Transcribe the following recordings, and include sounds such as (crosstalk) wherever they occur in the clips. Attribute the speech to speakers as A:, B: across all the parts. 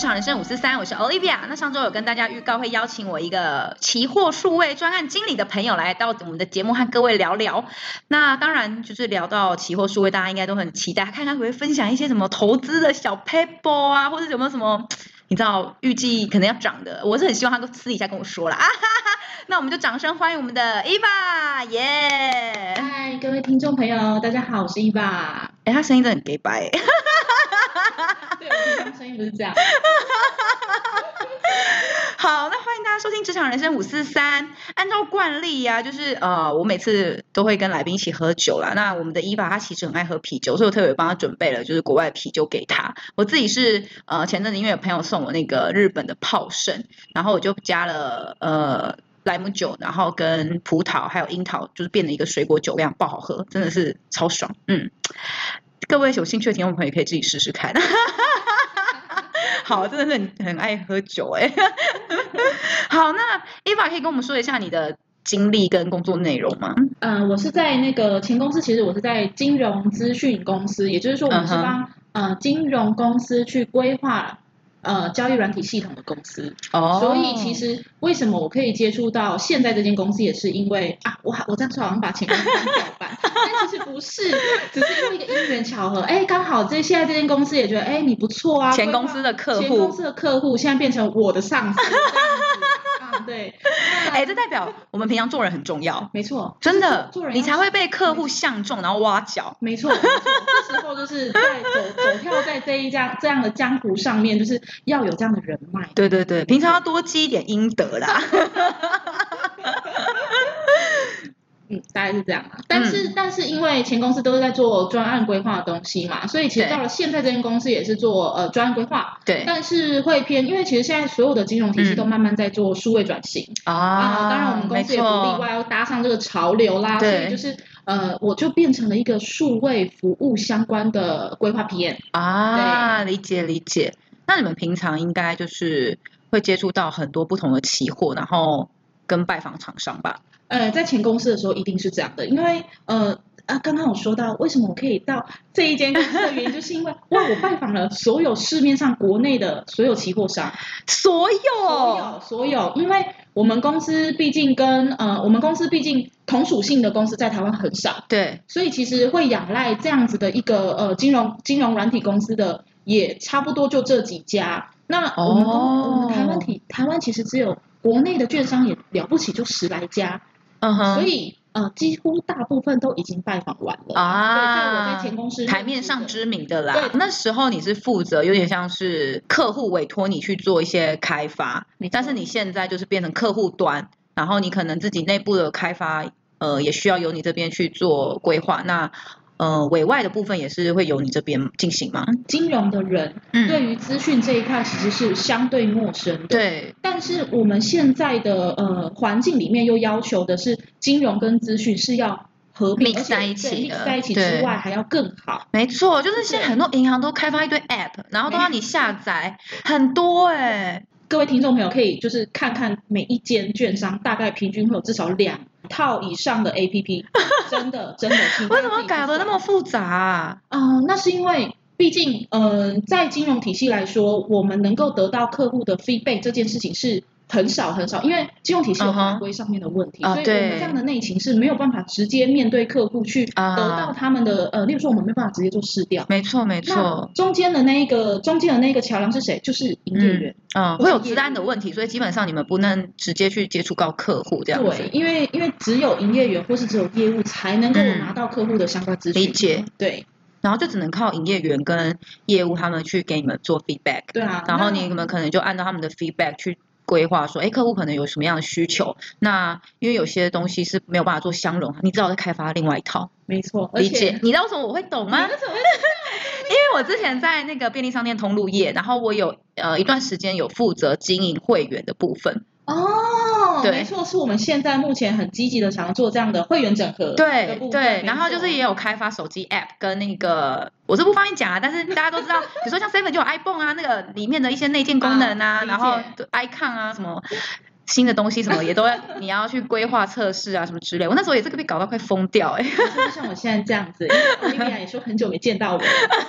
A: 场人生五四三，我是 Olivia。那上周有跟大家预告会邀请我一个期货数位专案经理的朋友来到我们的节目和各位聊聊。那当然就是聊到期货数位，大家应该都很期待，看看会不会分享一些什么投资的小 paper 啊，或者有没有什么你知道预计可能要涨的。我是很希望他都私底下跟我说了 (laughs) 啊哈哈。那我们就掌声欢迎我们的 Eva，耶、
B: 嗨，哎各位听众朋友，大家好，我是伊
A: (laughs)
B: 爸。
A: 哎，他声音真的很 gay 白、欸。
B: 对，我平常声音不是这样。
A: (laughs) 好，那欢迎大家收听《职场人生五四三》。按照惯例呀、就是呃，我每次都会跟来宾一起喝酒啦。那我们的伊娃她其实很爱喝啤酒，所以我特别帮她准备了就是国外的啤酒给她。我自己是呃前阵子因为有朋友送我那个日本的泡盛，然后我就加了呃莱姆酒，然后跟葡萄还有樱桃，就是变成一个水果酒量，爆好喝，真的是超爽。嗯，各位有兴趣的听众朋友也可以自己试试看。 (laughs) 好，真的是很很爱喝酒哎、好，那 Eva 可以跟我们说一下你的经历跟工作内容吗？
B: 嗯、我是在那个前公司，其实我是在金融资讯公司，也就是说，我们是
A: 嗯哼
B: 帮、呃金融公司去规划呃交易软体系统的公司。
A: 哦
B: 所以其实为什么我可以接触到现在这间公司，也是因为啊，我我这样说好像把前公司当掉
A: (laughs)
B: 板，但其实不是，只是因为一个因缘巧合，哎，刚好这现在这间公司也觉得哎你不错啊，
A: 前
B: 规划
A: 公司的客
B: 前公
A: 户，
B: 司的客户现在变成我的
A: (laughs)
B: 上司，这样子啊，对，
A: 哎、这代表我们平常做人很重要，
B: 没错，
A: 真的
B: 做，人
A: 你
B: 要
A: 才会被客户相中，然后挖角。
B: 没错，没错，这时候就是在走走跳在这一家这样的江湖上面，就是要有这样的人脉。
A: 对对对，平常要多积一点阴德啦。
B: 嗯，大概是这样啊。但是、但是因为前公司都是在做专案规划的东西嘛，所以其实
A: 对
B: 到了现在这间公司也是做呃专案规划，
A: 对嗯
B: 但是会偏，因为其实现在所有的金融体系都慢慢在做数位转型。啊，当然我们公
A: 没
B: 司也不例
A: 错，
B: 外，要搭上这个潮流啦，所
A: 对
B: 以就是呃，我就变成了一个数位服务相关的规划 PM。
A: 啊，理解理解。那你们平常应该就是会接触到很多不同的期货，然后跟拜访厂商吧？
B: 呃，在前公司的时候一定是这样的，因为呃啊，刚刚我说到为什么我可以到这一间公司的原因，就是因为哇，我拜访了所有市面上国内的所有期货商，
A: 所有，
B: 所有所有，因为我们公司毕竟跟呃我们公司毕竟同属性的公司在台湾很少，
A: 对，
B: 所以其实会仰赖这样子的一个呃金融金融软体公司的，也差不多就这几家。那我们公、
A: 哦
B: 我们台湾体台湾其实只有国内的券商也了不起就十来家，
A: 嗯哼，
B: 所以呃几乎大部分都已经拜访完了。对，在我
A: 啊，
B: 在前公司
A: 台面上
B: 认识的
A: 知名的啦
B: 对。
A: 那时候你是负责有点像是客户委托你去做一些开发
B: 没，错
A: 但是你现在就是变成客户端，然后你可能自己内部的开发，呃，也需要由你这边去做规划。那呃，委外的部分也是会由你这边进行吗？
B: 金融的人，
A: 嗯，
B: 对于资讯这一块其实是相对陌生的。
A: 对
B: 但是我们现在的呃环境里面又要求的是金融跟资讯是要合并
A: Mix
B: 而且
A: 在一起
B: 对
A: 的
B: ，mix 在一起
A: 对
B: 之外还要更好。
A: 没错，就是现在很多银行都开发一堆 App，然后都让你下载，很多哎、
B: 各位听众朋友可以就是看看每一间券商大概平均会有至少两套以上的 APP，真的
A: (laughs)
B: 真的。请大
A: 为
B: 家
A: 什
B: 自己
A: 么
B: 去
A: 搞得那
B: 算
A: 么复杂啊、
B: 嗯，那是因为毕竟，呃，在金融体系来说，我们能够得到客户的 feedback 这件事情是很少很少，因为金融体系有
A: 嗯哼
B: 法规上面的问题
A: 啊
B: 所以我
A: 对
B: 们这样的内勤是没有办法直接面对客户去
A: 啊
B: 得到他们的，呃，例如说我们没有办法直接做试调。
A: 没错，没
B: 那
A: 错。
B: 中间的那一个中间的那一个桥梁是谁？就是营业员。
A: 嗯，会
B: 或是
A: 有
B: 业
A: 治安的问题，所以基本上你们不能直接去接触到客户这样
B: 对，
A: 子。
B: 因为因为只有营业员或是只有业务才能够
A: 嗯
B: 拿到客户的相关资讯。
A: 理解，
B: 对
A: 然后就只能靠营业员跟业务他们去给你们做 feedback，
B: 对啊。
A: 然后
B: 那
A: 你们可能就按照他们的 feedback 去规划说，哎，客户可能有什么样的需求，那因为有些东西是没有办法做相容，你只好再开发另外一套。
B: 没错，而
A: 理
B: 且
A: 解，你知道为什么我会懂吗？
B: 你为什么会
A: 因为我之前在那个便利商店通路业，然后我有呃一段时间有负责经营会员的部分，
B: 哦，
A: 对
B: 没错，是我们现在目前很积极的想要做这样的会员整合的
A: 对
B: 部分。
A: 对，
B: 没
A: 然后就是
B: 错
A: 也有开发手机 app 跟那个，我是不方便讲啊，但是大家都知道，比如说像 seven 就有 iPhone 啊，那个里面的一些内建功能啊，
B: 啊理解
A: 然后 icon 啊什么。新的东西什么也都要，你要去规划测试啊什么之类。我那时候也是被搞到快疯掉哎、
B: 就是像我现在这样子，因为 Olivia 也说很久没见到我了，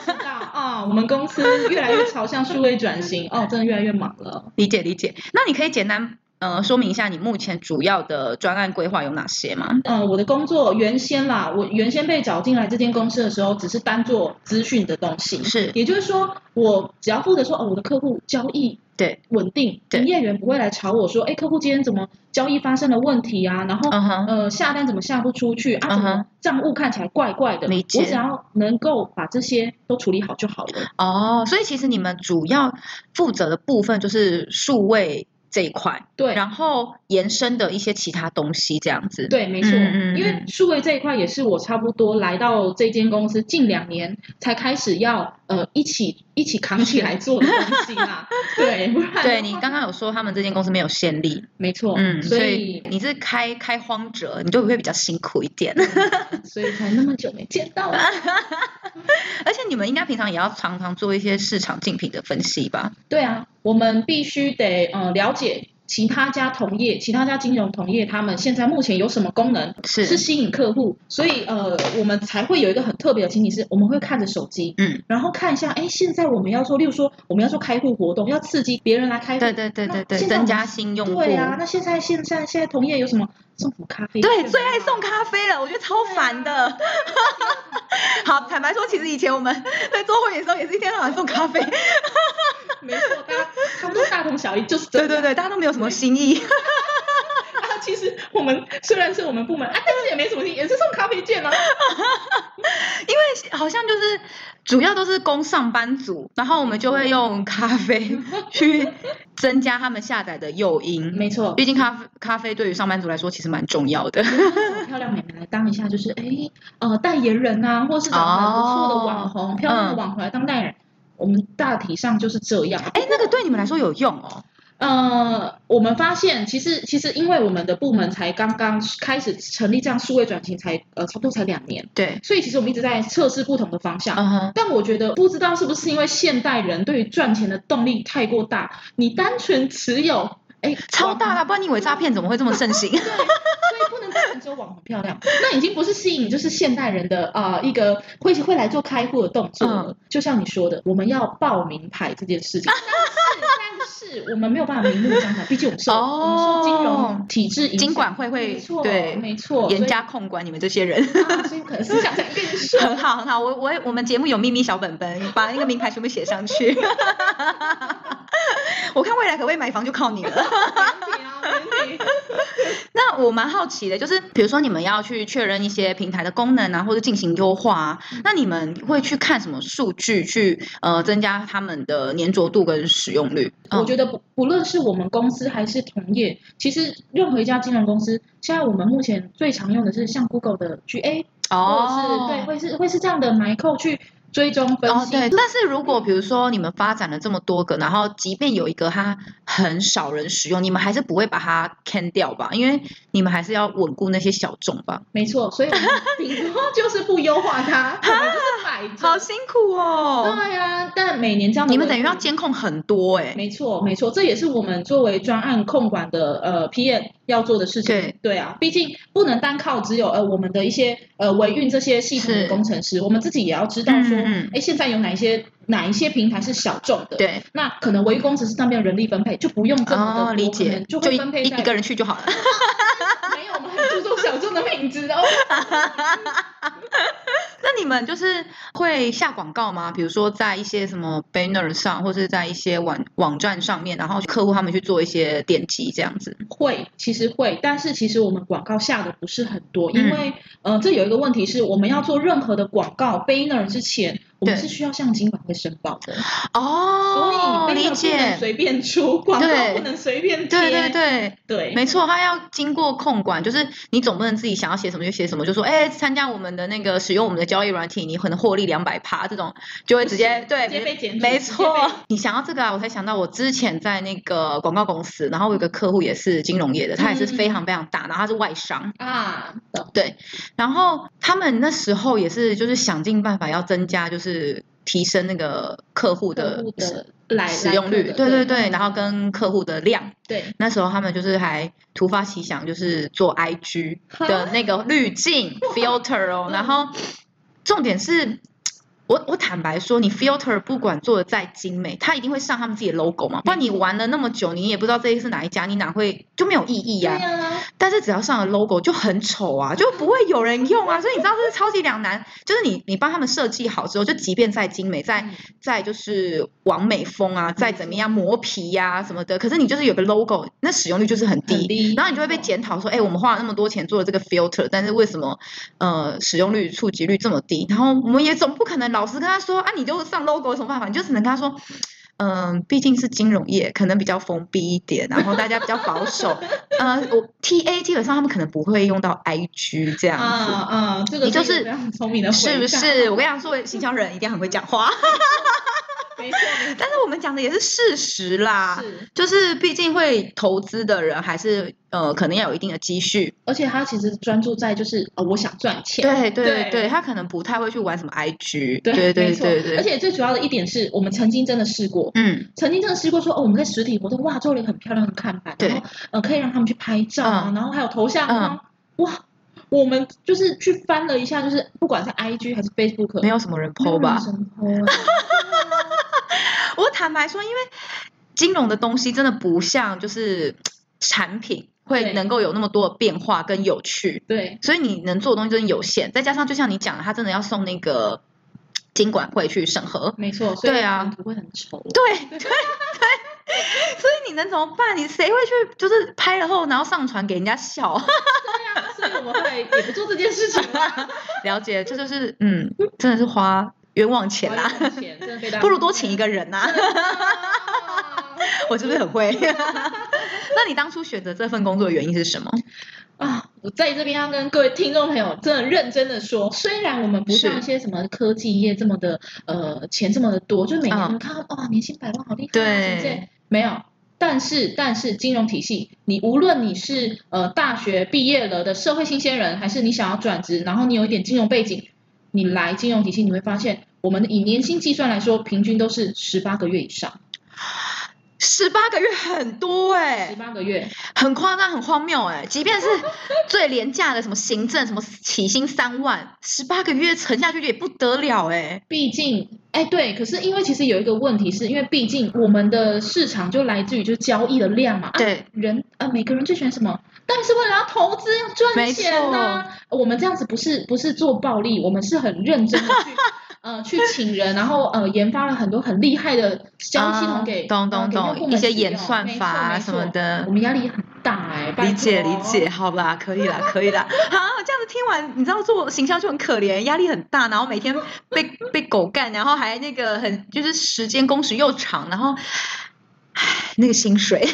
B: 不知道啊、哇，我们公司越来越朝向数位转型，哦，真的越来越忙了。
A: (laughs) 理解理解。那你可以简单呃说明一下你目前主要的专案规划有哪些吗？
B: 呃，我的工作原先啦，我原先被找进来这间公司的时候，只是单做资讯的东西，
A: 是
B: 也就是说，我只要负责说，哦，我的客户交易
A: 对
B: 稳定，
A: 对
B: 营业员不会来吵我说，哎，客户今天怎么交易发生了问题啊？然后
A: 嗯哼，
B: 呃，下单怎么下不出去啊？
A: 嗯
B: 怎
A: 哼
B: 么账务看起来怪怪的？
A: 理
B: 我
A: 解
B: 只要能够把这些都处理好就好了。
A: 哦，所以其实你们主要负责的部分就是数位这一块，
B: 对，
A: 然后延伸的一些其他东西这样子。，
B: 对，没错，
A: 嗯嗯嗯
B: 因为数位这一块也是我差不多来到这间公司近两年才开始要呃一起一起扛起来做的东
A: (laughs)
B: 西啦。对，不然的
A: 对
B: 话
A: 你刚刚有说他们这间公司没有限力，
B: 没错，
A: 嗯，
B: 所
A: 所
B: 以
A: 你是开开荒者，你就会比较辛苦一 (laughs) 点。
B: 所以才那么久没见
A: (laughs)
B: 到啊。
A: 而且你们应该平常也要常常做一些市场竞品的分析吧？
B: 对啊，我们必须得呃了解。其他家同业、其他家金融同业，他们现在目前有什么功能
A: 是
B: 是吸引客户？所以呃，我们才会有一个很特别的情景是，我们会看着手机，
A: 嗯，
B: 然后看一下，哎，现在我们要做，例如说我们要做开户活动，要刺激别人来开户，
A: 对对对对对，
B: 那现在
A: 增
B: 我们
A: 加新用户。
B: 对啊，那现在现在现在同业有什么送什么咖啡券啊？
A: 对，最爱送咖啡了，我觉得超烦的。啊 (laughs) 好，坦白说，其实以前我们在做会员的时候，也是一天到晚送咖啡。
B: 没错，大家差不多大同小异，就是
A: 对
B: 这样。
A: 对对，大家都没有什么新意。
B: 啊， (laughs) 其实我们虽然是我们部门啊，但是也没什么意义，也是送咖啡券啊。
A: 因为好像就是主要都是供上班族，然后我们就会用咖 (laughs) 啡去增加他们下载的诱因。
B: 没错，
A: 毕竟咖啡咖啡对于上班族来说其实蛮重要的。
B: 哦漂亮美眉来当一下，就是哎呃代言人啊，或是长得不错的网红，漂亮的网红来当代言人。我们大体上就是这样。
A: 哎，那个对你们来说有用哦。
B: 呃，我们发现其实其实因为我们的部门才刚刚开始成立这样数位转型才，呃差不多才两年，
A: 对，
B: 所以其实我们一直在测试不同的方向。
A: 嗯哼，
B: 但我觉得不知道是不是因为现代人对于赚钱的动力太过大，你单纯持有，哎，
A: 超大
B: 的，
A: 啦，不然你以为诈骗怎么会这么盛 (laughs) 行？
B: 对，所以不能单纯只有网红漂亮，那已经不是吸引，就是现代人的呃一个会会来做开户的动作了。
A: 嗯
B: 就像你说的，我们要报名牌这
A: (laughs)
B: 件事情。但是但是我们没有办法明目张胆，毕竟我们受、
A: 哦
B: 我们受金融体制影响，
A: 金管会会
B: 没错，
A: 对
B: 没错，
A: 严加控管你们这些人。
B: 所以，啊所以我可能思想才跟你说，
A: 很好很好，我我我们节目有秘密小本本，把那个名牌全部写上去。 (laughs) 我看未来可不可以买房就靠你了。
B: 没问题啊，
A: (laughs)
B: 没问题。
A: 嗯那我蛮好奇的，就是比如说你们要去确认一些平台的功能啊，或者进行优化啊，那你们会去看什么数据去呃增加他们的粘着度跟使用率？嗯得
B: 我觉得不不论是我们公司还是同业，其实任何一家金融公司，现在我们目前最常用的是像 Google 的 GA，、或者
A: 哦
B: 是对，会是会是这样的 m i c o 去追踪分
A: 哦，
B: 析。
A: 对，但是如果比如说你们发展了这么多个，然后即便有一个它很少人使用，你们还是不会把它 can 掉吧？因为你们还是要稳固那些小众吧。
B: 没错，所以
A: (laughs)
B: 我们顶多就是不优化它，我们就是摆
A: 好
B: 着。
A: 辛苦哦！
B: 对啊，但每年这样的
A: 你们等于
B: 问
A: 要
B: 题
A: 监控很多哎、
B: 没错，没错，这也是我们作为专案控管的呃 PM 要做的事情。
A: 对，
B: 啊，毕竟不能单靠只有呃我们的一些呃维运这些系统
A: 是
B: 的工程师，我们自己也要知道说，哎、
A: 嗯嗯
B: 现在有哪一些哪一些平台是小众的。。
A: 对，
B: 那可能维运工程师那边的人力分配就不用这么的多，
A: 哦，理
B: 可
A: 解
B: 能，就
A: 就
B: 会
A: 一
B: 分配
A: 一
B: 在
A: 一个人去就好了。
B: 没有，我们很注重小众的品质哦。
A: 那你们就是会下广告吗？比如说在一些什么 banner 上，或是在一些网网站上面，然后客户他们去做一些点击这样子。
B: (laughs) 会，其实会，但是其实我们广告下的不是很多，
A: 嗯
B: 因为、呃，这有一个问题是，我们要做任何的广告 banner 之前，我们
A: 对
B: 是需要向金管会申报的，
A: 哦，
B: 所以 banner
A: 理
B: 不能
A: 解。
B: 随便出，广
A: 对
B: 告不能随便贴，
A: 对对对，
B: 对
A: 没错，他要经过控管，就是你总不能自己想要写什么就写什么，就说哎，参加我们的那个使用我们的交易软体，你可能获利两百趴，这种就会直接对
B: 直接被检举，
A: 没
B: 直接被
A: 错，你想到这个啊，我才想到我之前在那个广告公司，然后我有个客户也是金融业的，他也是非常非常大，然后他是外商，
B: 啊，懂
A: 然后他们那时候也是就是想尽办法要增加，就是提升那个客户
B: 客
A: 的
B: 户的来
A: 使用率，对
B: 对嗯
A: 对对，然后跟客户的量，
B: 对，
A: 那时候他们就是还突发奇想，就是做 IG
B: 哈 (laughs)
A: 的那个滤镜 filter 哦，然后重点是。我我坦白说，你 filter 不管做的再精美，它一定会上他们自己的 logo 嘛，不然你
B: 嗯
A: 玩了那么久，你也不知道这是哪一家，你哪会就没有意义
B: 对
A: 呀、
B: 啊，
A: 但是只要上了 logo 就很丑啊，就不会有人用啊，所以你知道这是超级两难。就是你你帮他们设计好之后，就即便再精美，再
B: 嗯
A: 再就是完美风啊，再怎么样磨皮呀、什么的，可是你就是有个 logo，那使用率就是很低，
B: 很低
A: 然后你就会被检讨说，哎、我们花了那么多钱做了这个 filter，但是为什么呃使用率、触及率这么低？然后我们也总不可能老是跟他说啊，你就上 logo 有什么办法？你就只能跟他说。嗯，毕竟是金融业，可能比较封闭一点，然后大家比较保守。呃，我 T A 基本上他们可能不会用到 I G 这样子，
B: 啊啊，这个
A: 你就
B: 一个
A: 是
B: 非常聪明的回
A: 是不
B: (laughs) 答
A: 是？我跟你讲，作为行销人一定很会讲话， (laughs)
B: 没错，没错
A: 但是我们讲的也是事实啦。
B: 是，
A: 就是毕竟会投资的人，还是呃，可能要有一定的积蓄。
B: 而且他其实专注在就是哦，我想赚钱。
A: 对对
B: 对
A: 对，他可能不太会去玩什么 IG。
B: (laughs) 对
A: 对对
B: 没错
A: 对对，
B: 而且最主要的一点是我们曾经真的试过，
A: 嗯
B: 曾经真的试过说哦，我们在实体活动哇做了一个很漂亮的看板，
A: 对
B: 然后呃可以让他们去拍照啊，
A: 嗯
B: 然后还有头像啊，哇，我们就是去翻了一下，就是不管是 IG 还是 Facebook，
A: 没有什么人
B: 没有
A: PO 吧
B: 人？神 po 啊
A: (laughs) 我坦白说，因为金融的东西真的不像就是产品
B: 对
A: 会能够有那么多的变化跟有趣，
B: 对
A: 所以你能做的东西真的有限。再加上就像你讲的，他真的要送那个金管会去审核，
B: 没错，所以
A: 对啊
B: 我们图会很丑，
A: 对对对，所以你能怎么办？你谁会去就是拍了后然后上传给人家笑？ (laughs)
B: 对啊，所以我们会也不做这件事情啊啦，
A: 了解，这就是嗯，真的是花冤枉 (laughs) 钱啊啦、
B: 花一点钱真的被大家
A: 不如多请一个人呐、啊 (laughs) 我是不是很会？ (laughs) 那你当初选择这份工作的原因是什么？
B: 啊，我在这边要跟各位听众朋友真的认真的说，虽然我们不像
A: 是
B: 一些什么科技业这么的呃钱这么的多，就是每年
A: 嗯
B: 能看到哇、年薪百万好厉害
A: 对
B: 啊，什么之类没有。但是但是金融体系，你无论你是呃大学毕业了的社会新鲜人，还是你想要转职，然后你有一点金融背景，你来金融体系，你会发现我们以年薪计算来说，平均都是十八个月以上，
A: 十八个月很多哎、
B: 十八个月，
A: 很夸张，很荒谬哎、即便是最廉价的什么行政，什么起薪三万，十八个月沉下去也不得了哎、
B: 毕竟，哎，对，可是因为其实有一个问题是，因为毕竟我们的市场就来自于就是交易的量嘛，啊、
A: 对，
B: 人啊、每个人最喜欢什么？当然是为了要投资要赚
A: 没
B: 钱呐、我们这样子不是不是做暴利，我们是很认真
A: (laughs)
B: 的去呃去请人，然后呃研发了很多很厉害的呃交易系统给、
A: 啊懂
B: 呃
A: 懂
B: 给用户
A: 懂，一
B: 们
A: 些
B: 使用
A: 演算法啊什么，
B: 没错没错
A: 的
B: 我。们压力很大哎、拜
A: 理解
B: 托
A: 理解，，好啦，可以啦，可以啦。好，这样子听完，你知道做行销就很可怜，压力很大，然后每天被被狗干，然后还那个很就是时间工时又长，然后，唉，那个薪水，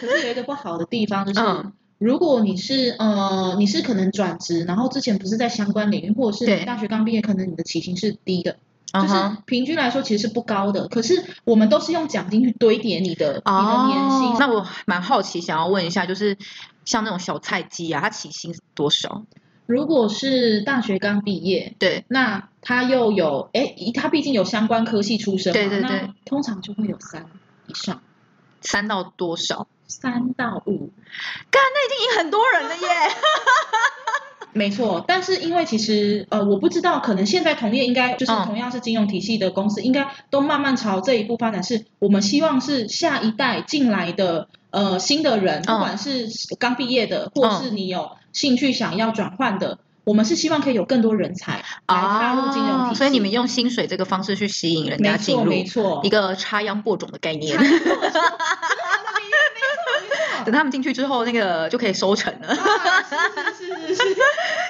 B: 可是有一个不好的地方就是。
A: 嗯
B: 如果你是呃，你是可能转职，然后之前不是在相关领域，或者是
A: 对
B: 你大学刚毕业，可能你的起薪是低的，就
A: 嗯
B: 是
A: 哼
B: 平均来说其实是不高的。可是我们都是用奖金去堆叠你的、你的年薪。
A: 哦那我蛮好奇，想要问一下，就是像那种小菜鸡啊，它起薪多少？
B: 如果是大学刚毕业，
A: 对，
B: 那他又有哎，他毕竟有相关科系出身嘛，
A: 对对对
B: 那通常就会有三以上，
A: 三到多少？
B: 三到五
A: 干，那已经赢很多人 (laughs) 了耶！
B: 没错，但是因为其实呃，我不知道，可能现在同业应该就是
A: 嗯
B: 同样是金融体系的公司，应该都慢慢朝这一步发展是。我们希望是下一代进来的呃新的人，不
A: 嗯
B: 管是刚毕业的，或是你有兴趣想要转换的，我们是希望可以有更多人才来踏入金融体系。
A: 啊所以你们用薪水这个方式去吸引人
B: 没
A: 家进
B: 错
A: 入，
B: 没错，
A: 一个插秧播种的概念。
B: (laughs) 没错没错
A: (laughs) 等他们进去之后，那个就可以收成
B: (laughs)
A: 了，
B: 啊是是是是是，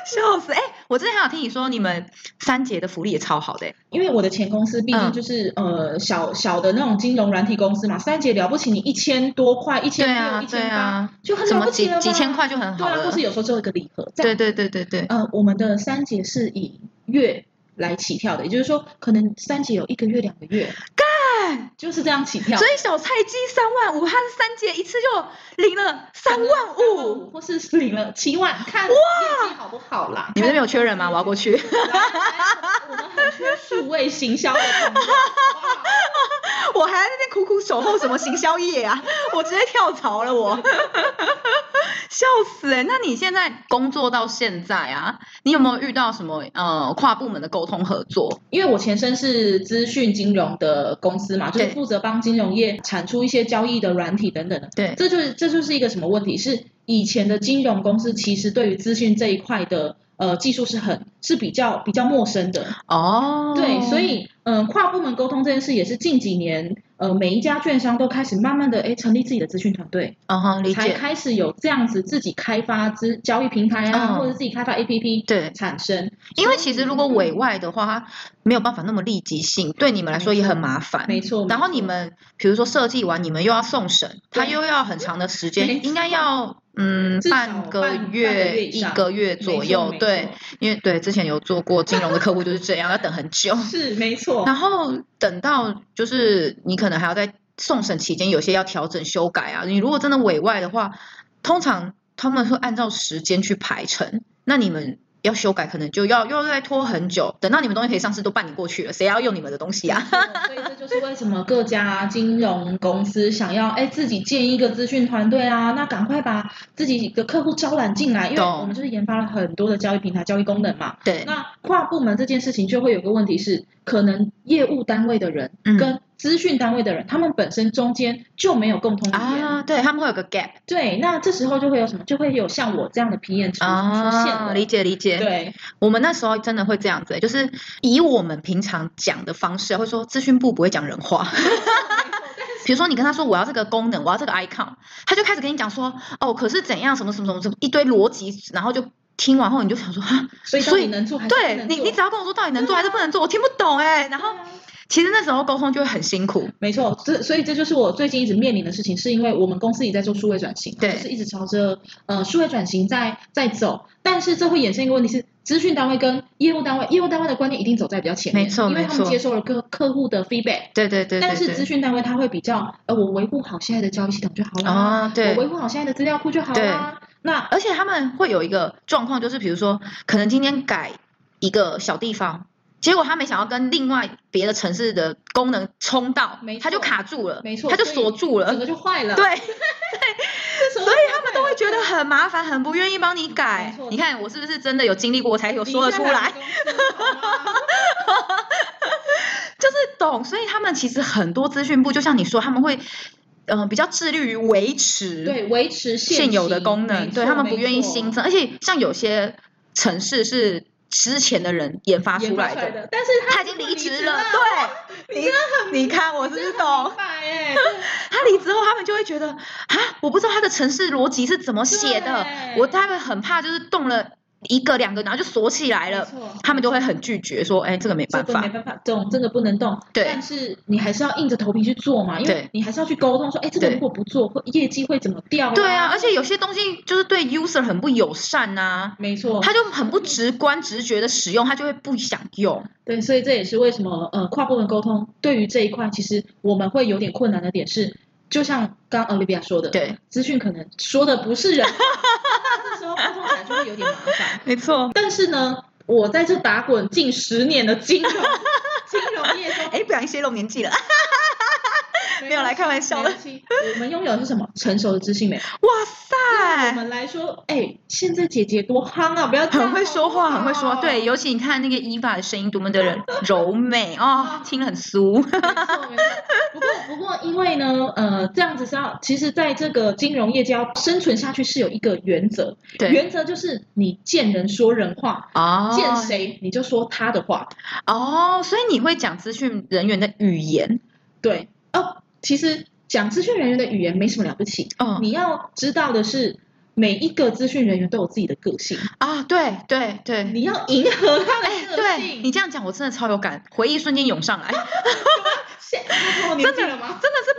A: 笑死！哎、我之前还有听你说，你们三节的福利也超好的、欸，
B: 因为我的前公司毕竟
A: 嗯
B: 就是、呃小小的那种金融软体公司嘛，三姐了不起，你一千多块，一千
A: 对
B: 六、
A: 啊，
B: 一
A: 对
B: 千八，
A: 啊，
B: 就很
A: 什
B: 了
A: 么
B: 不起
A: 几
B: 了吧
A: 几千，块就很
B: 对
A: 好
B: 啊，
A: 了
B: 或是，有时候只有一个礼盒。
A: 对对对对对，
B: 呃，我们的三姐是以月来起跳的，也就是说，可能三姐有一个月、两个月，干就是这样起跳。
A: 所以小菜鸡三万五，他是三节一次就领了三万五。
B: 五或是领了七万，看业绩好不好啦。
A: 你们那边有缺人吗？我要过去。
B: 来来我们很缺数位行销的朋友。好不好
A: (laughs) 我还 (laughs) 在那边苦苦守候什么行销业啊！我直接跳槽了我， (laughs) 笑死哎、那你现在工作到现在啊，你有没有遇到什么呃跨部门的沟通合作？
B: 因为我前身是资讯金融的公司嘛，就是
A: 对
B: 负责帮金融业产出一些交易的软体等等的。
A: 对，
B: 这就是这就是一个什么问题？是以前的金融公司其实对于资讯这一块的呃技术是很是比较比较陌生的。
A: 哦，
B: 对，所以嗯、呃跨部门沟通这件事也是近几年呃每一家券商都开始慢慢的哎成立自己的资讯团队，
A: 嗯哼，理
B: 才
A: 解，
B: 开始有这样子自己开发资交易平台啊，
A: 嗯
B: 或者自己开发 APP
A: 对，
B: 产生。
A: 因为其实如果委外的话，它没有办法那么立即性，对你们来说也很麻烦。
B: 没错，
A: 然后你们比如说设计完，你们又要送审，它
B: 对
A: 又要很长的时
B: 没
A: 间，应该要嗯
B: 至少
A: 半个
B: 半半个
A: 月
B: 月以
A: 一
B: 上
A: 个月
B: 没错
A: 左右
B: 没，
A: 对，因为对之前有做过金融的客户就是这样，要等很久。
B: 错是没错，
A: 然后等到就是你可能还要在送审期间有些要调整修改啊。你如果真的委外的话，通常他们会按照时间去排程，那你们要修改可能就要又再拖很久。等到你们东西可以上市都半年过去了，谁要用你们的东西啊？ (laughs)
B: 所以这就是为什么各家金融公司想要哎自己建一个资讯团队啊，那赶快把自己的客户招揽进来，因为
A: 懂
B: 我们就是研发了很多的交易平台、交易功能嘛。
A: 对，
B: 那跨部门这件事情就会有个问题是，可能业务单位的人
A: 嗯
B: 跟资讯单位的人，他们本身中间就没有共同语言，
A: 啊，对他们会有个 gap
B: 对，那这时候就会有什么，就会有像我这样的皮眼出出现
A: 啊，
B: 了。
A: 理解理解。
B: 对，
A: 我们那时候真的会这样子、就是以我们平常讲的方式，会说资讯部不会讲人
B: (laughs)
A: 话。 (laughs) 比如说你跟他说我要这个功能，我要这个 icon，他就开始跟你讲说哦，可是怎样什么什么什么什么一堆逻辑，然后就听完后你就想说 (laughs) 哈，
B: 所以到
A: 所以
B: 底能做还是不
A: 对
B: 能
A: 你
B: 做啊
A: 你只要跟我说到底能做还是不能做，我听不懂哎、然后其实那时候沟通就会很辛苦，
B: 没错，这所以这就是我最近一直面临的事情，是因为我们公司也在做数位转型，
A: 对
B: 就是一直朝着呃数位转型在在走，但是这会衍生一个问题是，资讯单位跟业务单位，业务单位的观念一定走在比较前面，
A: 没错
B: 因为
A: 没
B: 他们
A: 错
B: 接受了客客户的 feedback，
A: 对对对
B: 但
A: 对
B: 是资
A: 对，
B: 讯单位他会比较，呃，我维护好现在的交易系统就好啦，
A: 啊
B: 我维
A: 对。
B: 护好现在的资料库就好啦，那
A: 而且他们会有一个状况，就是比如说，可能今天改一个小地方，结果他没想要跟另外别的城市的功能冲到
B: 没，
A: 他就
B: 错
A: 卡住了，
B: 没错
A: 他就
B: 所以
A: 锁住了
B: 整，个就坏了，，
A: (laughs) 对，
B: 所
A: 所以他们都会觉得很麻烦，很不愿意帮你改
B: 没。错
A: 你看我是不是真的有经历过，我才有说得出来，，就是懂。所以他们其实很多资讯部，就像你说，他们会嗯、呃比较致力于维持
B: (laughs) 对，维持现
A: 现有的
B: 行
A: 功能，
B: 没
A: 对
B: 错
A: 他们
B: 没
A: 不愿意
B: 错
A: 新增，而且像有些城市是之前的人研发
B: 研
A: 出
B: 发
A: 来
B: 出
A: 的。
B: 的，但是
A: 他已
B: 如
A: 经
B: 果
A: 离职
B: 职
A: 了，对，你你看我是不是懂？
B: 明白哎，
A: 他离职后，他们就会觉得啊，我不知道他的城市逻辑是怎么写的，
B: 对
A: 我大概很怕就是动了一个两个，然后就锁起 (laughs) 来
B: 没
A: 了，
B: 错，
A: 他们就会很拒绝说，哎，这个没
B: 这
A: 办
B: 个
A: 法
B: 没，办法动，这个不能动。
A: 对
B: 但是你还是要硬着头皮去做嘛，因
A: 对
B: 为你还是要去沟通说，哎，这个
A: 对
B: 如果不做，会业绩会怎么掉？
A: 对啊，，而且有些东西就是对 user 很不友善呐、
B: 没错，
A: 他就很不直观、直觉的使用，他就会不想用。
B: 对，所以这也是为什么呃跨部门沟通对于这一块，其实我们会有点困难的点是，就像刚 Olivia 说的，
A: 对，
B: 资讯可能说的不是人 (laughs) 话，那这时候沟通起来就会有点麻烦。
A: 没错。
B: 但是呢，我在这打滚近十年的
A: (laughs)
B: 金融金融业中，
A: 哎，不小心泄露年纪了，
B: 没
A: 没有来开玩笑的
B: 关系。我们拥有的是什么？成熟的知性美。
A: 哇
B: 对我
A: 塞！
B: 们来说，哎，现在姐姐多夯啊！不要这
A: (laughs)
B: 样
A: 很会说话，很会说，对，
B: 有。
A: 尤其你看那个伊娃的声音多么的柔美哦，听了很
B: (laughs)
A: 酥。
B: 没错没错不过不过，因为呢，呃，这样子是要，其实在这个金融业界要生存下去是有一个原则，
A: 对，
B: 原则就是你见人说人话，
A: 哦，
B: 见谁你就说他的话，
A: 哦，所以你会讲资讯人员的语言，
B: 对哦。其实讲资讯人员的语言没什么了不起，
A: 嗯
B: 你要知道的是，每一个资讯人员都有自己的个性，
A: 啊，对对对，
B: 你要迎合他
A: 哎，
B: 的个
A: 对
B: 性。
A: 你这样讲，我真的超有感，回忆瞬间涌上来，真
B: 现在我年纪了吗？
A: 的是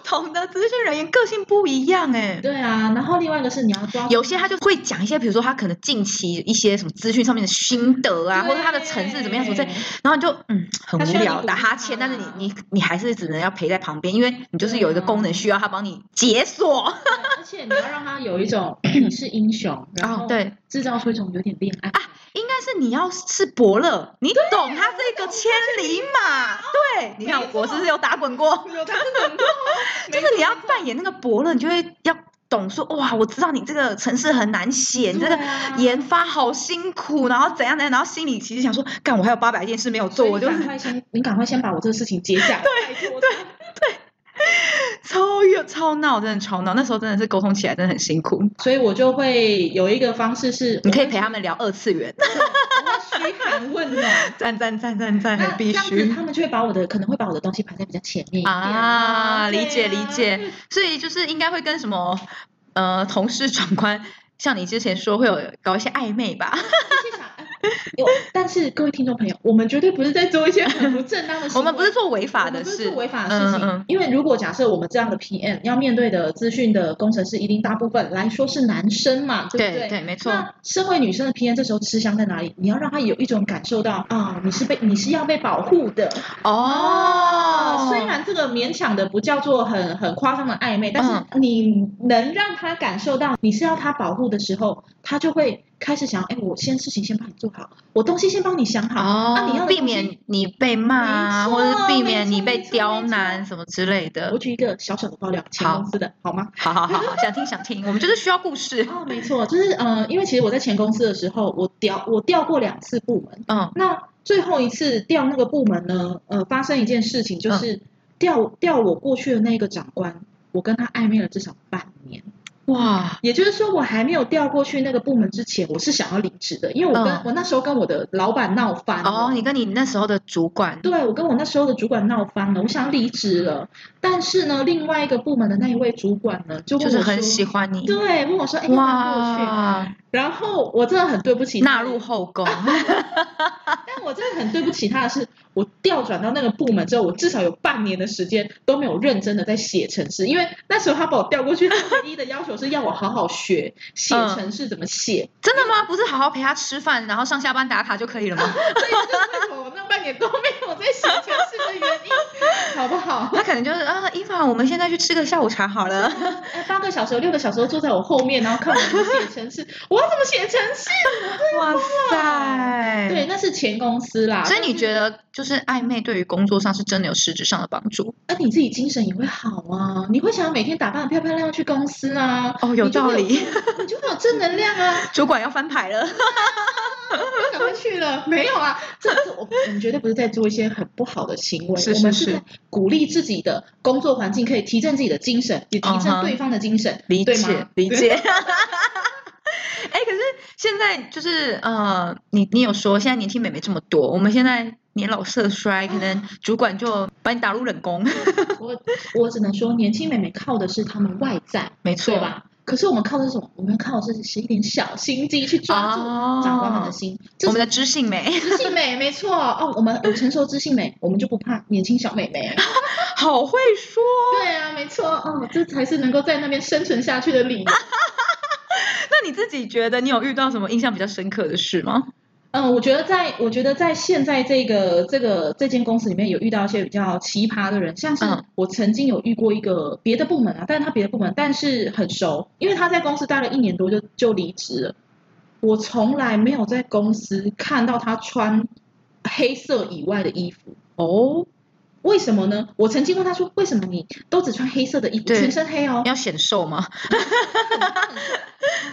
A: 不同的资讯人员个性不一样哎。
B: 对啊，然后另外一个是你要抓
A: 有些他就会讲一些，比如说他可能近期一些什么资讯上面的心得啊，
B: 对
A: 或者他的城市怎么样什么之类，然后你就嗯很
B: 他
A: 无
B: 需要你
A: 聊，
B: 鼓
A: 打
B: 励
A: 哈
B: 他
A: 欠，但是你
B: 啦
A: 你你还是只能要陪在旁边，因为你就是有一个
B: 对啊
A: 功能需要他帮你解锁。
B: (laughs) 对而且你要让他有一
A: (laughs)
B: 种你是英雄，然
A: 哦
B: 后，
A: 对，
B: 制造出一种有点恋爱。
A: 应该是你要是伯乐，你
B: 啊
A: 懂他这个千里马，对，你看
B: 没错
A: 哦我是不是有打滚过？
B: 有他这种，
A: 就是你要扮演那个伯乐，你就会要懂说，哇，我知道你这个城市很难写，你这个
B: 对啊
A: 研发好辛苦，然后怎样怎样，然后心里其实想说，干，我还有八百件事没有做，我就
B: 所以你
A: 是
B: 赶快先，你赶快先把我这个事情接
A: (laughs)
B: 下来。对对
A: 超越超闹，真的超闹。那时候真的是沟通起来真的很辛苦。
B: 所以我就会有一个方式是，
A: 你可以陪他们聊二次
B: (laughs)
A: 元，
B: 我会嘘寒问暖。
A: 赞赞赞赞赞，
B: 那
A: (laughs) 很必
B: 这样子
A: 须
B: 他们就会把我的可能会把我的东西排在比较前面一点
A: 啊！
B: 对
A: 理解
B: 啊
A: 理解，所以就是应该会跟什么呃同事长官，像你之前说会有搞一些暧昧吧？
B: 就想哎有，但是各位听众朋友，我们绝对不是在做一些很不正当的
A: (laughs)
B: 事，
A: 我们不是做违法
B: 我
A: 的
B: 们不是
A: 事
B: 做，违法的事情。
A: 嗯嗯
B: 因为如果假设我们这样的 PM 要面对的资讯的工程师，一定大部分来说是男生嘛，对不
A: 对对，没错。
B: 那身为女生的 PM，这时候吃香在哪里？你要让她有一种感受到啊，你是被你是要被保护的
A: 哦，
B: 呃虽然这个勉强的不叫做很很夸张的暧昧，但
A: 嗯
B: 是你能让她感受到你是要她保护的时候，她就会开始想，哎，我先事情先帮你做好，我东西先帮你想好，
A: 哦，
B: 啊，你要的
A: 避
B: 东西
A: 免你被骂啊，
B: 没
A: 或
B: 错
A: 者是避免
B: 没错
A: 你被
B: 没错
A: 刁
B: 没错
A: 难什么之类的
B: 我。举一个小小的爆料，前
A: 好
B: 公司的好吗？
A: 好好好好，想听想听，我们就是需要故
B: (laughs)
A: 事。
B: 哦，没错，就是呃，因为其实我在前公司的时候，我调我调过两次部门，
A: 嗯，
B: 那最后一次调那个部门呢，呃，发生一件事情，
A: 嗯
B: 就是调调我过去的那个长官，我跟他暧昧了至少半年，
A: 哇，
B: 也就是说，我还没有调过去那个部门之前，我是想要离职的，因为我跟、
A: 嗯
B: 我那时候跟我的老板闹翻了
A: 哦，你跟你那时候的主管，
B: 对，我跟我那时候的主管闹翻了，我想离职了，但是呢，另外一个部门的那一位主管呢，就问
A: 就
B: 我
A: 是很
B: 说
A: 喜欢你，
B: 对，问我说：“哎、要不要过去？”
A: 哇，
B: 然后我真的很对不起他
A: 纳入，后宫，
B: 但我真的很对不起他的是，我调转到那个部门之后，我至少有半年的时间都没有认真的在写程式，因为那时候他把我调过去，他 (laughs) 唯一的要求是要我好好学写
A: 嗯
B: 程式怎么写，
A: 真的吗？不是好好陪他吃饭，然后上下班打卡就可以了吗？
B: (laughs) 所以这就是为什么我那半年都没有在写程式的原因，好不好？
A: 他可能就是啊，伊凡，我们现在去吃个下午茶好
B: (laughs)
A: 了。
B: 哎八个小时、六个小时都坐在我后面，然后看我怎么写程式，我要怎么写程式？
A: 哇塞，
B: 对，那是前公司啦，
A: 所以
B: 但
A: 你
B: 是
A: 觉得就是暧昧对于工作上是真的有实质上的帮助？
B: 那你自己精神也会好啊，你会想要每天打扮得漂漂亮亮去公司啊，
A: 哦，有
B: 你就
A: 道
B: 会
A: 理，
B: (laughs) 你就会有正能量啊，
A: 主管要翻牌
B: (laughs)
A: 了。
B: 就赶快去了。 (laughs) 没有啊，这这我我们绝对不是在做一些很不好的行为，
A: 是
B: 我们
A: 是
B: 是
A: 是
B: 在鼓励自己的工作环境可以提振自己的精神，也提
A: 嗯哼
B: 振对方的精神，
A: 理
B: 对
A: 解
B: 吗？
A: 理 (laughs) 解。哎、可是现在就是呃，你你有说现在年轻美眉这么多，我们现在年老色衰，可能主管就把你打入冷宫。
B: 我我只能说，年轻美眉靠的是她们外在，
A: 没
B: 对
A: 错，
B: 吧？可是我们靠的是什么？我们靠的是是一点小心机去抓住
A: 哦
B: 长官们的心，这
A: 我
B: 是
A: 们的知性美， (laughs)
B: 知性美，没错哦。我们有成熟知性美，我们就不怕年轻小美眉。
A: (laughs) 好会说。
B: 对啊，没错哦，这才是能够在那边生存下去的理由。
A: 那你自己觉得你有遇到什么印象比较深刻的事吗？
B: 嗯，我觉得在我觉得在现在这个这个这间公司里面有遇到一些比较奇葩的人，像是
A: 嗯
B: 我曾经有遇过一个别的部门啊，但是他别的部门，但是很熟，因为他在公司待了一年多就就离职了。我从来没有在公司看到他穿黑色以外的衣服，
A: 哦，
B: 为什么呢？我曾经问他说，为什么你都只穿黑色的衣服，
A: 对
B: 全身黑哦？
A: (laughs) 要显瘦吗？
B: 她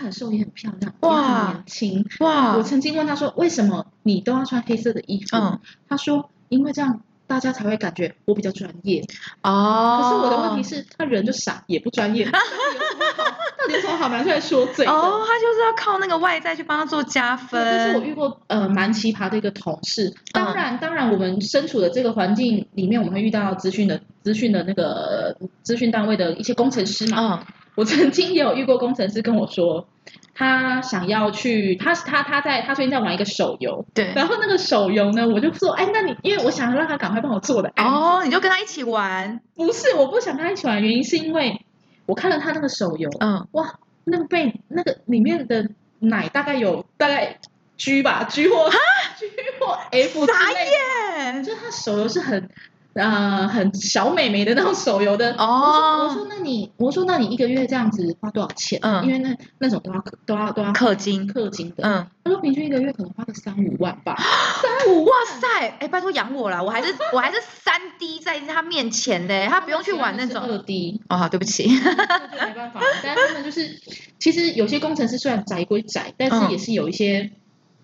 B: 很瘦也很漂亮，也
A: 哇
B: 很年轻。
A: 哇
B: 我，曾经问他说，为什么你都要穿黑色的衣服？
A: 嗯，
B: 他说，因为这样大家才会感觉我比较专业。
A: 哦，
B: 可是我的问题是，他人就傻，也不专
A: (laughs)
B: 业，到底有什么好？到底有什么好拿出来说嘴的？
A: 哦，他就是要靠那个外在去帮他做加
B: 对这是我
A: 分。嗯
B: 遇过呃蛮奇葩的一个同事。当然，当然，我们身处的这个环境里面，我们会遇到资讯的资讯的那个资讯单位的一些工程师嘛。
A: 嗯，
B: 我曾经也有遇过工程师跟我说，他想要去，他他他在他最近在玩一个手游，
A: 对。
B: 然后那个手游呢，我就说，哎，那你因为我想要让他赶快帮我做的，哎，
A: 哦，你就跟他一起玩。
B: 不是，我不想跟他一起玩，原因是因为我看了他那个手游，
A: 嗯，
B: 哇，那个被那个里面的奶大概有大概 G 吧，G 或 G 或 F 之
A: 傻
B: 类的，
A: 眼。
B: 就是他手游是很呃很小美眉的那种手游的。我说我
A: 哦，
B: 说那你我说那你一个月这样子花多少钱？
A: 嗯
B: 因为那那种都要都要都要
A: 氪金，
B: 氪金的。
A: 嗯，
B: 他说平均一个月可能花个三五万吧。
A: 哇塞，哎、拜托养我啦，我还是我还是三 D 在他面前的，他啊不用去 (laughs) 玩那种。
B: 二 D，
A: 哦，好对不起，
B: 那就没办法了。但是他们就是，其实有些工程师虽然宅归宅，但
A: 嗯
B: 是也是有一些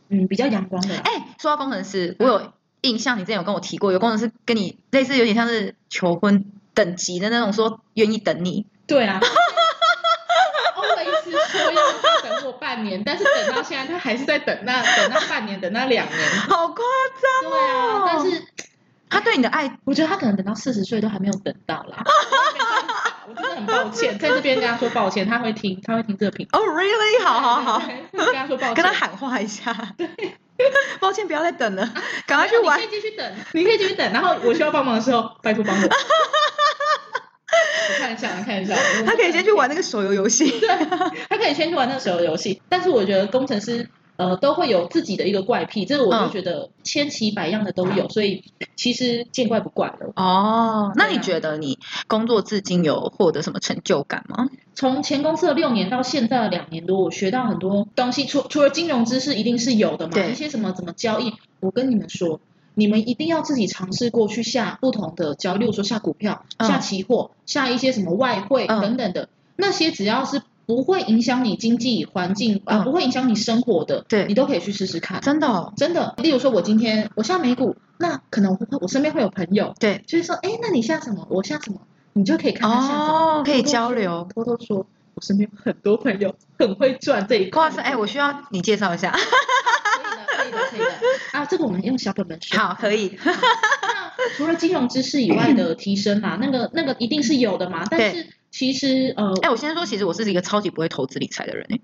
B: 嗯比较阳光的啦。
A: 哎、说到工程师，我
B: 嗯
A: 有印象，你之前有跟我提过，有工程师跟你类似，有点像是求婚等级的那种，说愿意等你。
B: 对 (laughs) 啊。always 说要等我半年，但是等到现在他还是在等那等那半年，等那两
A: (laughs)
B: 年。
A: 好夸张哦
B: 对啊，但是
A: 他对你的爱，
B: 我觉得他可能等到四十岁都还没有等到
A: (laughs)
B: 啦。没办法我真的很抱歉，在这边跟他说抱歉，他会听，他会听这个频
A: 哦、r e a l l y 好好好，
B: 对对对跟他说抱歉，
A: 跟他喊话一下。抱歉，不要再等
B: (laughs)
A: 了，赶快去玩
B: 你。可以继续等，啊 (laughs) 你可以继续等。然后我需要帮忙的时候，拜托
A: (laughs)
B: 帮我。我看一下，我看一下，我
A: 他可以先去玩那个手游游
B: (laughs)
A: 戏。
B: 他可以先去玩那个手游游戏。但是我觉得工程师呃都会有自己的一个怪癖，这个我
A: 嗯
B: 就觉得千奇百样的都有，所以其实见怪不怪了。
A: 哦，那
B: 对
A: 你
B: 啊
A: 觉得你工作至今有获得什么成就感吗？
B: 从前公司的六年到现在的两年多，我学到很多东西，除除了金融知识一定是有的嘛，
A: 对
B: 一些什么怎么交易，我跟你们说，你们一定要自己尝试过去下不同的交易，例如说下股票、
A: 嗯
B: 下期货、下一些什么外汇
A: 嗯
B: 等等的，那些只要是不会影响你经济环境
A: 嗯
B: 啊、不会影响你生活的，
A: 对
B: 你都可以去试试看。
A: 真的、哦，
B: 真的，例如说，我今天我下美股，那可能我会我身边会有朋友，
A: 对，
B: 就是说，哎，那你下什么？我下什么？你就可以看他下什么。
A: 哦，可以
B: 偷偷
A: 交
B: 说
A: 流。
B: 偷偷说，我身边有很多朋友很会赚这一块。
A: 哇塞，哎，我需要你介绍一下。 (laughs)
B: 可以的，可以的，可以的。 (laughs) 啊，这个我们用小本本说。
A: 好，可以。
B: 那 (laughs) 除了金融知识以外的提升啊，那个那个一定是有的嘛。但是其实呃，
A: 哎、我先说，其实我是一个超级不会投资理财的人、欸。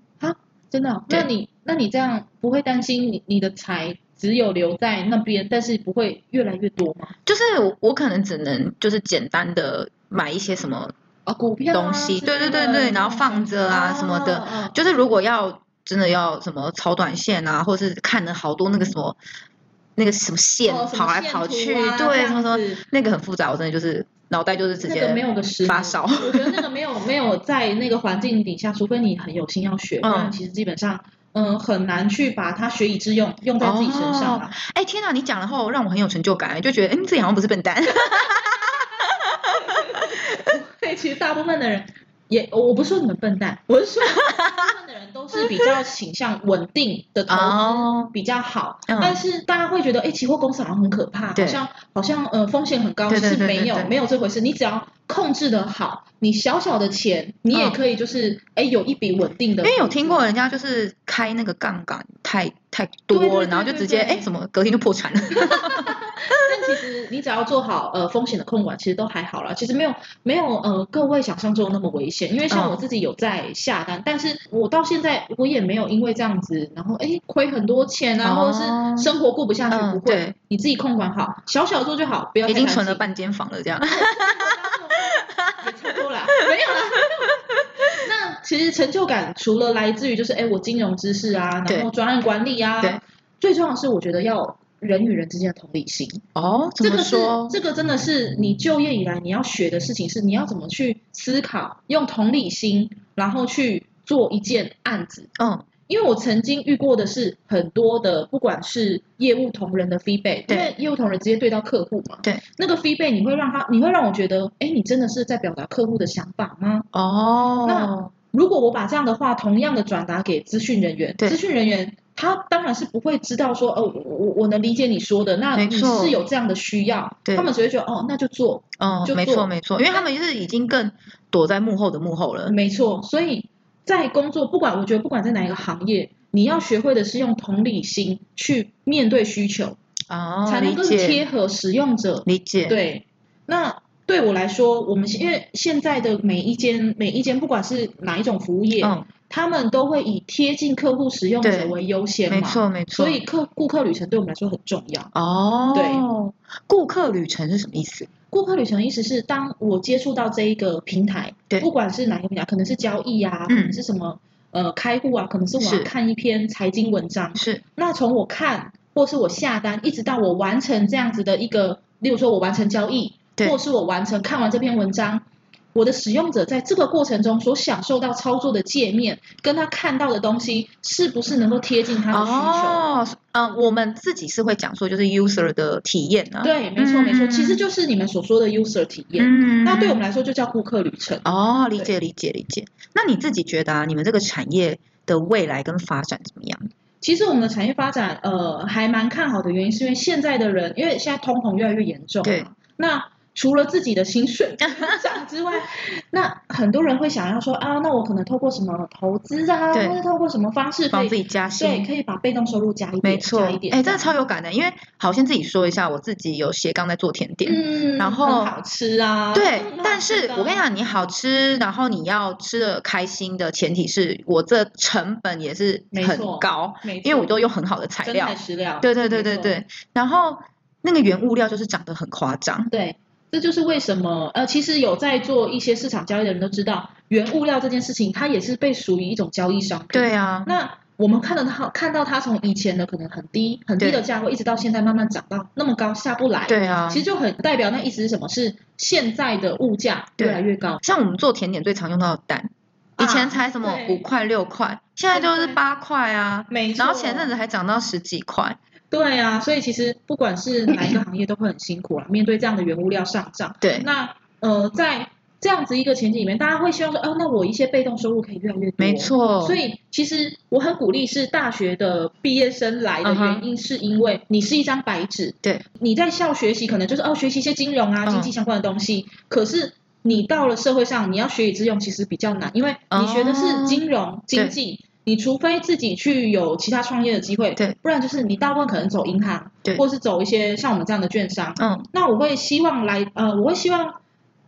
B: 真的哦，
A: 对
B: 那你那你这样不会担心你你的财只有留在那边，但是不会越来越多吗？
A: 就是我我可能只能就是简单的买一些什么，
B: 啊，股票啊
A: 东西
B: 之类的
A: 对对对对然后放着啊
B: 哦
A: 什么的
B: 哦
A: 就是如果要真的要什么炒短线啊，或是看了好多那个什么那个什么线、
B: 哦什么
A: 跑来
B: 线
A: 跑
B: 图
A: 去，
B: 啊这
A: 对，
B: 样
A: 什么什么
B: 子
A: 那个很复杂，我真的就是脑袋就是直
B: 那
A: 接
B: 个没有个十
A: 发
B: 年，
A: 烧
B: 我觉得那个没有没有在那个环境底下，除非你很有心要学，不
A: 嗯
B: 然其实基本上，嗯，很难去把它学以致用，用在自己身上啊。
A: 哎、天哪！你讲了后，让我很有成就感，就觉得，嗯，自己好像不是笨
B: (laughs)
A: 蛋。
B: (laughs) 所以其实大部分的人也，我不是说你们笨蛋，我
A: (laughs)
B: 是说大部分的人都是比较倾向稳定的投资。
A: 哦，
B: 比较好，
A: 嗯
B: 但是大家会觉得，哎、期货公司好像很可怕，
A: 对
B: 好像好像呃风险很高，
A: 对
B: 其
A: 对
B: 实
A: 对
B: 没
A: 对
B: 有
A: 对
B: 没有这回事。你只要控制的好，你小小的钱，你也
A: 嗯
B: 可以就是哎、诶有一笔稳定的
A: 因
B: 回报，
A: 为有听过人家就是开那个杠杆太太多了，
B: 对对对
A: 然后就直接，
B: 对对
A: 哎、怎么隔天就破产了？
B: 但其实你只要做好呃风险的控管，其实都还好啦。其实没有没有呃各位想象中那么危险，因为像
A: 嗯
B: 我自己有在下单，但是我到现在我也没有因为这样子，然后哎亏很多钱啊，
A: 哦
B: 或者是生活过不下去，
A: 嗯
B: 不会，
A: 对
B: 你自己控管好，小小做就好，不要太
A: 已经
B: 担
A: 存了
B: 心。
A: 半间 (laughs) 房了，这样。
B: 也差不多啦，没有啦。那其实成就感除了来自于就是哎、诶我金融知识啊，
A: 对
B: 然后专案管理啊
A: 对，
B: 最重要的是我觉得要有人与人之间的同理心。
A: 哦，怎
B: 嗯这
A: 么
B: 个是
A: 说？
B: 这个真的是你就业以来你要学的事情，是你要怎么去思考，用同理心，然后去做一件案子。
A: 嗯，
B: 因为我曾经遇过的是很多的，不管是业务同仁的 feedback，
A: 对
B: 因为业务同仁直接对到客户嘛，
A: 对，
B: 那个 feedback 你会让他，你会让我觉得，哎，你真的是在表达客户的想法吗？
A: 哦
B: 那，如果我把这样的话同样的转达给资讯人员，
A: 对
B: 资讯人员他当然是不会知道说，哦，我我我能理解你说的，那
A: 没
B: 你
A: 错
B: 是有这样的需要，
A: 对
B: 他们只会觉得，哦，那就做，
A: 哦，
B: 就
A: 没
B: 做
A: 错没错，因为他们就是已经更躲在幕后的幕后了。
B: 没错。所以在工作，不管我觉得不管在哪一个行业，你要学会的是用同理心去面对需求，
A: 哦，
B: 才能
A: 理
B: 更
A: 解
B: 贴合使用者。
A: 理解，
B: 对，那。对我来说，我们因为现在的每一间每一间，不管是哪一种服务业，
A: 嗯，
B: 他们都会以贴近客户使用
A: 对
B: 者为优先嘛，
A: 没错没错。
B: 所以客顾客旅程对我们来说很重要。
A: 哦，对，顾客旅程是什么意思？
B: 顾客旅程的意思是，当我接触到这一个平台，
A: 对
B: 不管是哪一个平台，可能是交易啊，
A: 嗯
B: 可能是什么呃开户啊，可能是我
A: 是
B: 要看一篇财经文章，
A: 是
B: 那从我看或是我下单，一直到我完成这样子的一个例如说我完成交易，
C: 对
B: 或是我完成看完这篇文章，我的使用者在这个过程中所享受到操作的界面，跟他看到的东西是不是能够贴近他的需求？
A: 哦，嗯、我们自己是会讲说，就是 user 的体验呢、啊。，
B: 对，没错没错，
A: 嗯
B: 其实就是你们所说的 user 体验。
A: 嗯
B: 那对我们来说就叫顾客旅程。
A: 哦，理
B: 对
A: 解理解理解。那你自己觉得啊，你们这个产业的未来跟发展怎么样？
B: 其实我们的产业发展，呃，还蛮看好的原因，是因为现在的人，因为现在通膨越来越严重，
A: 对。
B: 那除了自己的薪
A: (laughs)
B: 水涨之外，那很多人会想要说啊，那我可能透过什么投资啊，或
A: 对
B: 者透过什么方式可
A: 帮自
B: 以
A: 己加
B: 对，
A: 薪？
B: 可以把被动收入加一点，
A: 没错，
B: 加一点，
A: 哎，真的超有感的。因为好，先自己说一下，我自己有斜杠在做甜点。
B: 嗯，
A: 然后
B: 很好吃啊，
A: 对
B: 嗯，
A: 但是我跟你，
B: 很好吃的
A: 讲，你好吃，然后你要吃的开心的前提是我这成本也是
B: 没
A: 很
B: 错
A: 高，
B: 没
A: 因为我
B: 错
A: 都用很好的材
B: 真
A: 料
B: 材。实料，
A: 对对对
B: 没
A: 对
B: 错
A: 对，然后那个原物料就是涨得很夸张。
B: 对，这就是为什么呃，其实有在做一些市场交易的人都知道，原物料这件事情，它也是被属于一种交易商品。
A: 对，啊，
B: 那我们看得到看到它从以前的可能很低很低
A: 对
B: 的价位，一直到现在慢慢涨到那么高下不来，，
A: 对啊
B: 其。实就很代表那意思是什么？是现在的物价越
A: 对
B: 来越高，
A: 像我们做甜点最常用到的蛋，以前
B: 啊
A: 才什么
B: 对
A: 五块六块，现在就是
B: 对对
A: 八块啊。
B: 没
A: 然后前阵子还涨到十几块，
B: 对啊，所以其实不管是哪一个行业都会很
A: (laughs)
B: 辛苦啊，面对这样的原物料上涨。
A: 对，
B: 那呃，在这样子一个前提里面，大家会希望说，哦，那我一些被动收入可以越来越多。
A: 没。错
B: 所，以其实我很鼓励是大学的毕业生来的
A: 嗯哼
B: 原因，是因为你是一张白纸。
A: 对。
B: 你在校学习可能就是哦，学习一些金融啊、
A: 嗯
B: 经济相关的东西，可是。你到了社会上，你要学以致用，其实比较难，因为
A: 哦
B: 你学的是金融、经济，你除非自己去有其他创业的机会，
A: 对，
B: 不然就是你大部分可能走银行，
A: 对
B: 或是走一些像我们这样的券商，
A: 嗯，
B: 那我会希望来，呃，我会希望，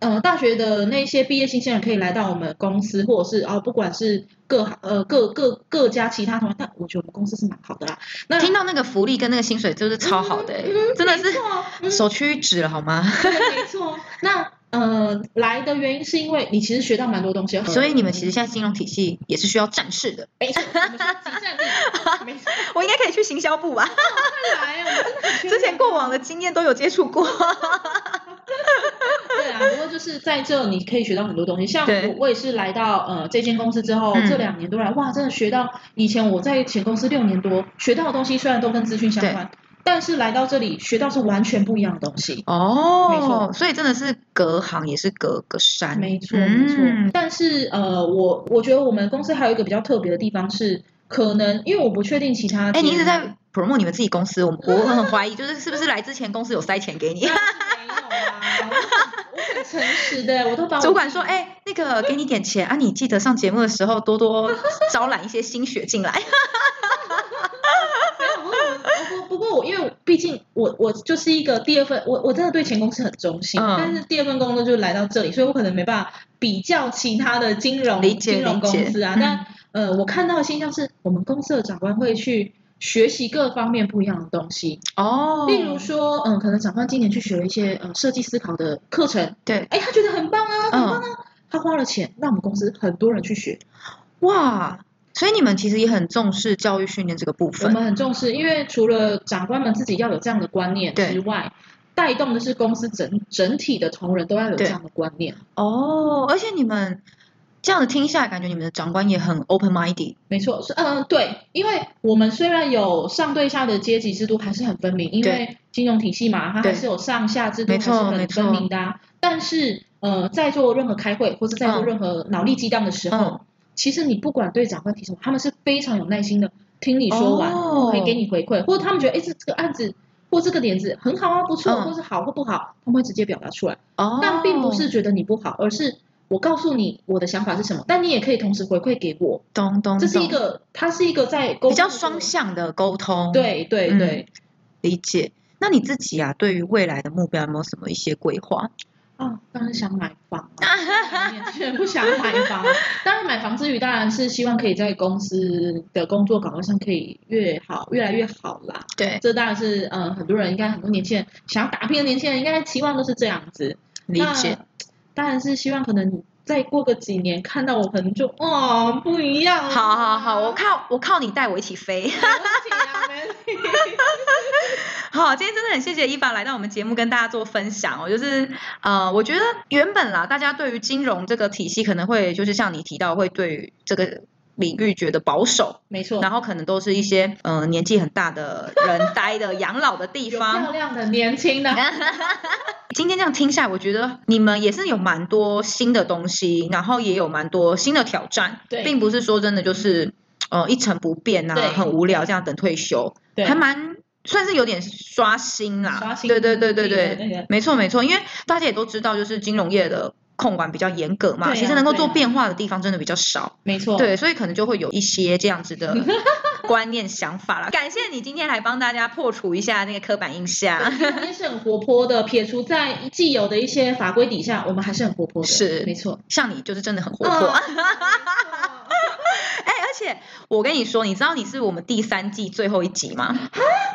B: 呃，大学的那些毕业新鲜人可以来到我们公司，或者是哦，不管是各行呃各各各家其他同行，但我觉得我们公司是蛮好的啦。那
A: 听到那个福利跟那个薪水就是超好的、欸真的
B: 没
A: 是
B: 错，嗯
A: 手屈指了好吗？
B: 对没错。那呃，来的原因是因为你其实学到蛮多东西，哦
A: 所以你们其实现在金融体系也是需要战士的，
B: 没错，我们是集战力，
A: (laughs)
B: 没错，
A: 我应该可以去行销部吧？
B: 快来，啊我们真的很缺
A: 之前
B: 人
A: 过往的经验都有接触过，
B: (laughs) 对啊，不过就是在这你可以学到很多东西。像
A: 对
B: 我，我也是来到呃这间公司之后，
A: 嗯
B: 这两年多来，哇，真的学到以前我在前公司六年多学到的东西，虽然都跟资讯相关，但是来到这里学到是完全不一样的东西。没
A: 哦
B: 错，
A: 所以真的是隔行也是隔个山，
B: 没错，
A: 嗯
B: 没错。但是呃，我我觉得我们公司还有一个比较特别的地方是，可能因为我不确定其他
A: 哎、
B: 间，
A: 你一直在 promo 你们自己公司，我我很怀疑，就是是不是来之前公司有塞钱给 (laughs) 你
B: 当？然没有啊，我很我很诚实的，我都把
A: (laughs)
B: 我
A: 主管说，哎、那个给你点钱啊，你记得上节目的时候多多招揽一些新血进来。
B: 没有，不过我不不过我因为我毕竟我我就是一个第二份，我我真的对前公司很忠心，
A: 嗯
B: 但是第二份工作就来到这里，所以我可能没办法比较其他的金融
A: 理解嗯
B: 金融公司啊
A: 理。解
B: 但呃，我看到的现象是我们公司的长官会去。学习各方面不一样的东西，
A: (laughs) 哦
B: 例如说，嗯，可能长官今年去学了一些呃设计思考的课程，
A: 对，
B: 哎，他觉得很棒啊，很
A: 嗯
B: 棒啊，他花了钱，让我们公司很多人去学，
A: 哇，所以你们其实也很重视教育训练这个部
B: 我
A: 分。
B: 们很重视，因为除了长官们自己要有这样的观念
A: 对
B: 之外，带动的是公司整整体的同仁都要有这
A: 对
B: 样的观念。
A: 哦，而且你们这样子听下来，感觉你们的长官也很 open minded。
B: 没错，是嗯、对，因为我们虽然有上对下的阶级制度，还是很分明，因为金融体系嘛，它
A: 对
B: 还是有上下制度，
A: 没
B: 还是
A: 错没
B: 很
A: 错
B: 分明的、啊。但是呃，在做任何开会或是在做
A: 嗯
B: 任何脑力激荡的时候，
A: 嗯
B: 其实你不管对长官提什么，他们是非常有耐心的听你说完，
A: 哦
B: 可以给你回馈，或者他们觉得哎这这个案子或这个点子很好啊，不错，
A: 嗯
B: 或是好或不好，他们会直接表达出来。
A: 哦，
B: 但并不是觉得你不好，而是我告诉你我的想法是什么，但你也可以同时回馈给我。
A: 咚咚，
B: 这是一
A: 嗯懂
B: 个，它是一个在沟通
A: 比较双向的沟通。
B: 对对
A: 嗯
B: 对、
A: 理解。那你自己啊，对于未来的目标有没有什么一些规划？
B: 啊，当然想买房、啊，年轻人不想买房。当然买房之余，当然是希望可以在公司的工作岗位上可以越好，越来越好啦。
A: 对，
B: 这当然是呃，很多人应该很多年轻人想要打拼的年轻人，应该期望都是这样子。
A: 理解。
B: 那。当然是希望可能再过个几年看到我，可能就哦不一样了。
A: 好好好，我靠，我靠你带我一起飞。
B: 没问题啊，没问题。
A: 好，今天真的很谢谢伊凡来到我们节目跟大家做分享哦。就是呃，我觉得原本啦，大家对于金融这个体系可能会就是像你提到，会对于这个领域觉得保守，
B: 没错。
A: 然后可能都是一些呃年纪很大的人待的养老的地
B: 有
A: 方
B: 漂。亮的、年轻的，
A: 今天这样听下来，我觉得你们也是有蛮多新的东西，然后也有蛮多新的挑战，
B: 对
A: 并不是说真的就是呃一成不变啊
B: 对，
A: 很无聊这样等退休，
B: 对
A: 还，蛮算是有点刷新啦。
B: 刷新
A: 啊对对对对对，
B: 自己的那个
A: 没错没错，因为大家也都知道，就是金融业的控管比较严格嘛，
B: 对啊
A: 其实能够做
B: 对啊哦
A: 变化的地方真的比较少。
B: 没错，
A: 对，所以可能就会有一些这样子
B: (laughs)
A: 的观念想法啦。感谢你今天来帮大家破除一下那个刻板印象。
B: 今天是很活泼的，撇除在既有的一些法规底下，我们还是很活泼的，
A: 是
B: 没错。
A: 像你就是真的很活泼，
B: 啊
A: 哎、而且我跟你说，你知道你是我们第三季最后一集吗？
B: (laughs)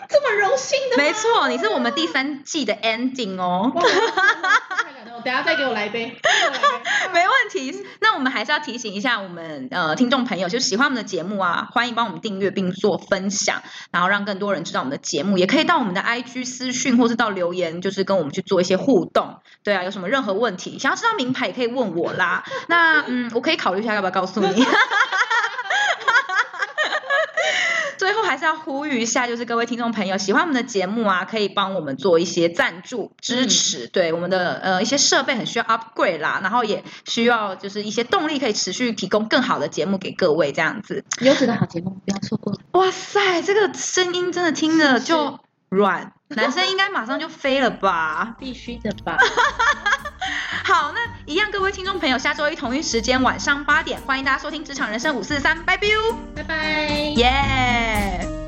B: 这么荣幸的，
A: 没错，你是我们第三季的 ending 哦。
B: 哇，太感动了！等下再给我来一杯，再给我来一杯
A: (laughs) 没问题。那我们还是要提醒一下我们呃听众朋友，就喜欢我们的节目啊，欢迎帮我们订阅并做分享，然后让更多人知道我们的节目，也可以到我们的 IG 私讯或是到留言，就是跟我们去做一些互动。对啊，有什么任何问题，想要知道名牌也可以问我啦。那嗯，我可以考虑一下要不要告诉你。最后还是要呼吁一下，就是各位听众朋友，喜欢我们的节目啊，可以帮我们做一些赞助支持，对我们的呃一些设备很需要 upgrade 啦，然后也需要就是一些动力可以持续提供更好的节目给各位这样子。
B: 优质的好节目，不要错过。
A: 哇塞，这个声音真的听着就软，男生应该马上就飞了吧？
B: 必须的吧？
A: 好，那一样各位听众朋友，下周一同一时间晚上八点，欢迎大家收听《职场人生五四三》，拜拜哟，
B: 拜拜。
A: 耶、